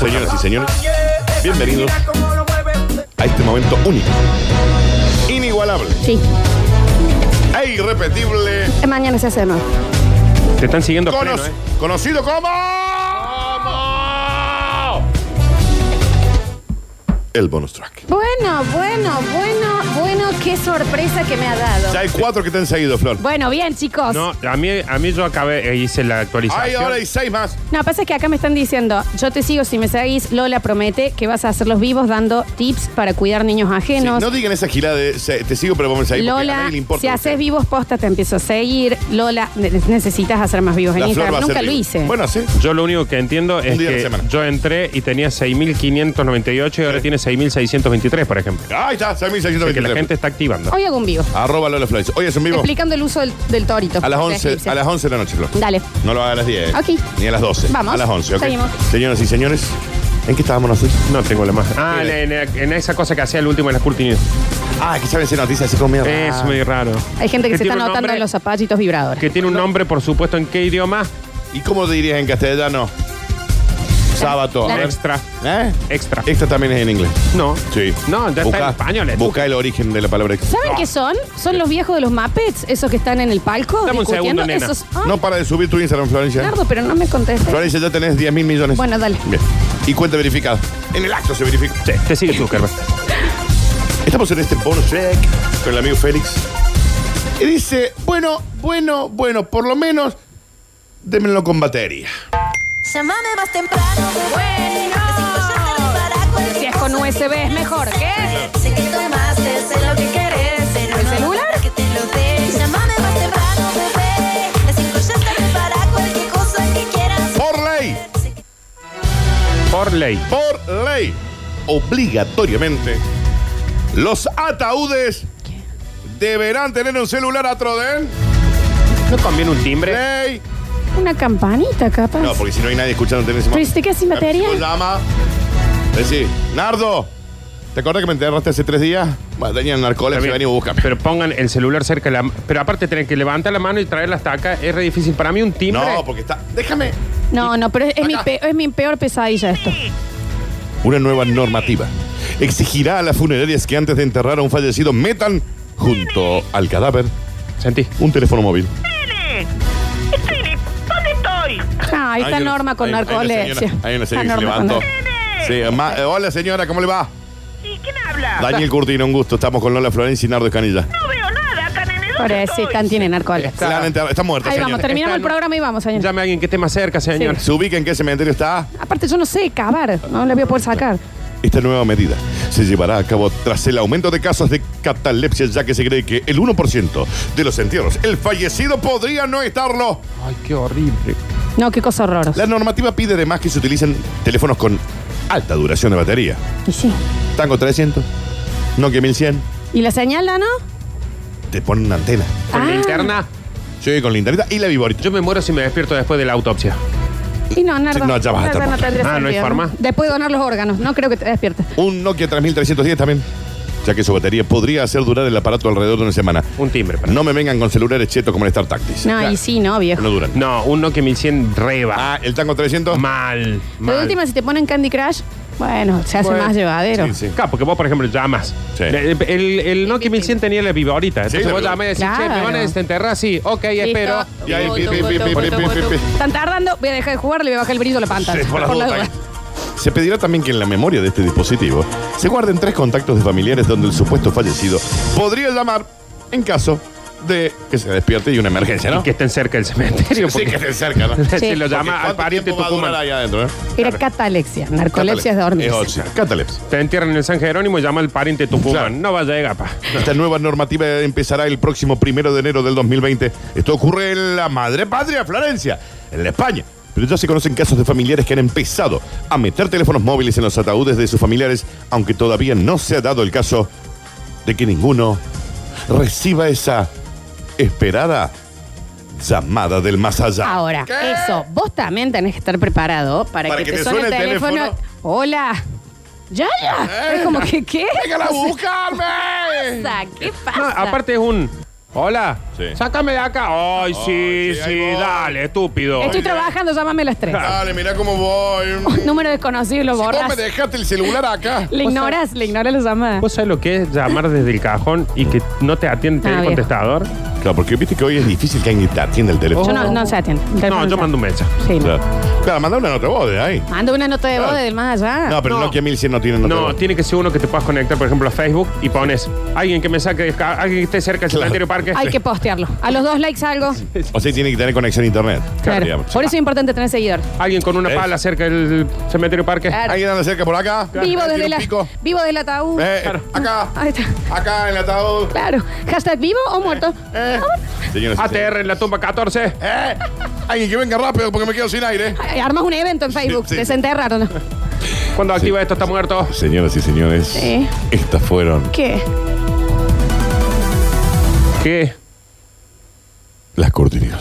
Señoras y señores, bienvenidos a este momento único, inigualable Sí, e irrepetible, Eh, mañana se hace de nuevo. Te están siguiendo a pleno, cono- ¿eh? conocido como... El bonus track. Bueno, bueno, bueno, bueno, qué sorpresa que me ha dado. Ya hay cuatro que te han seguido, Flor. Bueno, bien, chicos. No, No. a mí, a mí yo acabé e hice la actualización. Hay ahora hay seis más. pasa que acá me están diciendo, yo te sigo si me seguís, Lola promete que vas a hacer los vivos dando tips para cuidar niños Sí, ajenos. no digan esa gilada de se- te sigo, pero vamos a ir porque a Lola, nadie le importa. si lo que haces haga. vivos posta te empiezo a seguir. Lola, ne- necesitas hacer más vivos en La Flor va a Instagram. hacer Nunca lo vivo. hice. Bueno, sí. Yo lo único que entiendo es día a la que semana. yo entré y tenía 6.598 y ahora tiene 6.623, por ejemplo. Ahí está, O sea que 6.623. la gente está activando. Hoy hago un vivo. Arroba Lola Flores. Hoy es en vivo. Explicando el uso del, del torito. A las 11, Descripción. a las 11 de la noche, Flor. Dale. No lo hagas a las 10. Ok. Ni a las 12. Vamos. A las 11, ok. Seguimos. Señoras y señores, ¿en qué estábamos nosotros? No tengo la más. Ah, Sí. en, en- en esa cosa que hacía el último en las Curti News. Ah, que saben hacer noticias así como medio Es raro. muy raro. Hay gente que, se tiene está un notando nombre- en los zapallitos vibradores. Que tiene un nombre, por supuesto, ¿en qué idioma? ¿Y cómo te dirías en castellano? Sábado. Eh, La- Extra. ¿Eh? Extra. Esta también es en inglés. No. Sí. No, ya está en español. eh. Busca el origen de la palabra extra. ¿Saben qué son? Son los viejos de los Muppets, esos que están en el palco Dame un discutiendo. segundo, nena. Esos, Ah, No para de subir tu Instagram, Florencia. Nardo, pero no me contestes. Florencia, ya tenés 10 mil millones. Bueno, dale. Bien. Y cuenta verificada. En el acto se verifica. Sí, te sigue Zuckerberg. Estamos en este bonus track con el amigo Félix. Y dice, bueno, bueno, bueno, por lo menos démenlo con batería. Llámame más temprano. Bueno. Si es con USB es mejor, ¿qué? Sé que tomaste, sé lo que querés. Pero ¿El no celular? importa Que te lo dé. Llámame más temprano, bebé. Las cinco ya están para cualquier cosa que quieras. Por ley, Sé que- Por ley. por ley, obligatoriamente, los ataúdes deberán tener un celular a Troden. ¿No conviene un timbre? Ley. Una campanita, capaz. No, porque si no hay nadie escuchando, tenés Pero si te quedas sin batería. Si vos llama, decís, Nardo, ¿te acuerdas que me enterraste hace tres días? Bueno, tenía narcolepsia, Está bien. vení a buscarme. Pero pongan el celular cerca de la. Pero aparte, tener que levantar la mano y traerla hasta acá es re difícil. Para mí, un timbre. No, porque está... Déjame. No, no, pero es, es mi, pe- es mi peor pesadilla esto. Una nueva normativa exigirá a las funerarias que antes de enterrar a un fallecido metan junto al cadáver Sentí. un teléfono móvil. Tini, ¿dónde estoy? Ah, Hay esta una- norma con hay- hay una narcolepsia. señora- Hay una La señora que se norma con levantó. narco- Sí, ma- eh, hola señora, ¿cómo le va? ¿Y quién habla? Daniel Curtino, un gusto. Estamos con Lola Florencia y Nardo Escanilla. No veo nada acá, nene. ¿dónde Pobrecita, estoy? tiene narcolepsia. Está- La han enterrado- ah, Está muerta, Ahí vamos, señora. terminamos Está- el programa y vamos, señor. Llame a alguien que esté más cerca, señor. Ah. ¿Se ubica en qué cementerio está? Aparte, yo no sé cavar, no la voy a poder sacar. Esta nueva medida se llevará a cabo tras el aumento de casos de catalepsia, ya que se cree que el 1% de los entierros, el fallecido podría no estarlo. Ay, qué horrible. No, qué cosa horrorosa. La normativa pide además que se utilicen teléfonos con alta duración de batería. Y sí. Tango 300, Nokia 1100, ¿Y la señal, Dano? te ponen una antena. Con Ah. linterna, Sí, con linterna y la viborita. yo me muero si me despierto después de la autopsia. Y no, Nardo. Sí, no, ya vas a estar Nardo, no muerto. tendría Ah, no hay sentido, forma. Después de donar los órganos, no creo que te despiertes. Un Nokia 3310 también, ya que su batería podría hacer durar el aparato alrededor de una semana. Un timbre, para. No, No me vengan con celulares chetos como el Star Tactics. No, y sí, no, viejo. No duran. un Nokia 1100 reba. Ah, el Tango 300. Mal. Pero mal. de última, si te ponen Candy Crush, bueno, se hace Bueno. más llevadero. Sí, sí. Claro, porque vos, por ejemplo, llamas. Sí. El, el- el Nokia 1100 tenía la viborita. Entonces Sí, la vos viborita. llamás y decís, che, me Claro. van a desenterrar, sí. Ok, espero. Listo. Y ahí, pi, pi, pi, pi, pi, pi, pi. Están tardando, voy a dejar de jugar, le voy a bajar el brillo a la pantalla. Sí, por las Por la dudas. duda. Se pedirá también que en la memoria de este dispositivo se guarden tres contactos de familiares donde el supuesto fallecido podría llamar en caso de que se despierte y una emergencia, ¿no? Y que estén cerca del cementerio. Sí, porque que estén cerca, ¿no? se Sí. lo Porque llama al ¿cuánto pariente tiempo va a durar Tucumán. ahí adentro, ¿eh? Era catalexia. Narcolepsia es dormir. Es óxido. catalepsia. Te entierran en el San Jerónimo y llama al pariente Tucumán. Claro. No vaya a llegar, pa. Ah, Esta nueva normativa empezará el próximo primero de enero del 2020. Esto ocurre en la madre patria, Florencia, en la España. Pero ya se conocen casos de familiares que han empezado a meter teléfonos móviles en los ataúdes de sus familiares, aunque todavía no se ha dado el caso de que ninguno reciba esa esperada llamada del más allá. Ahora, eso, vos también tenés que estar preparado para, Para que, que te, te suene suene el el teléfono. teléfono. Hola. ¿Ya? ya. Es como que, ¿qué? ¡Vengan a ¿Qué buscarme! pasa? ¿Qué pasa? No, aparte es un. Hola. Sí. Sácame de acá. Ay, sí, sí, ahí sí, voy. dale, estúpido. Estoy trabajando, llámame a las tres. Dale, mirá cómo voy. Número desconocido, lo Si vos borras. me dejaste el celular acá. Le Vos ignoras, le ignoras la llamada. ¿Vos sabés lo que es llamar desde el cajón y que no te atiende Ah, el bien. contestador? Claro, porque viste que hoy es difícil que alguien te atienda el teléfono. Yo no, no se atiende. No, yo mando un mensaje. Sí, no. Claro, claro mandá una nota vos de ahí. Mando una nota de voz Claro. del más allá. No, pero No. no. Nokia 1100 no tiene nota de No, voz. tiene que ser uno que te puedas conectar, por ejemplo, a Facebook y pones alguien que me saque, de ca- alguien que esté cerca del Claro. cementerio parque. Hay que postearlo. A los dos likes algo. O sea, tiene que tener conexión a internet. Claro. digamos. Por eso es importante tener seguidores. Alguien con una ¿Ves? pala cerca del cementerio parque. Claro. ¿Alguien anda cerca por acá? Vivo ¿Tiene desde, un la, pico? vivo desde el ataúd. Eh, Acá. Ahí está. Acá en el ataúd. Claro. Hashtag vivo o muerto. Eh. Señoras y señores. ATR en la tumba 14. Eh. Alguien que venga rápido porque me quedo sin aire. Ay, Armas un evento en Facebook. sí. Desenterraron. Cuando activa esto está muerto. Señoras y señores, Sí. estas fueron ¿Qué? ¿Qué? las cortinas.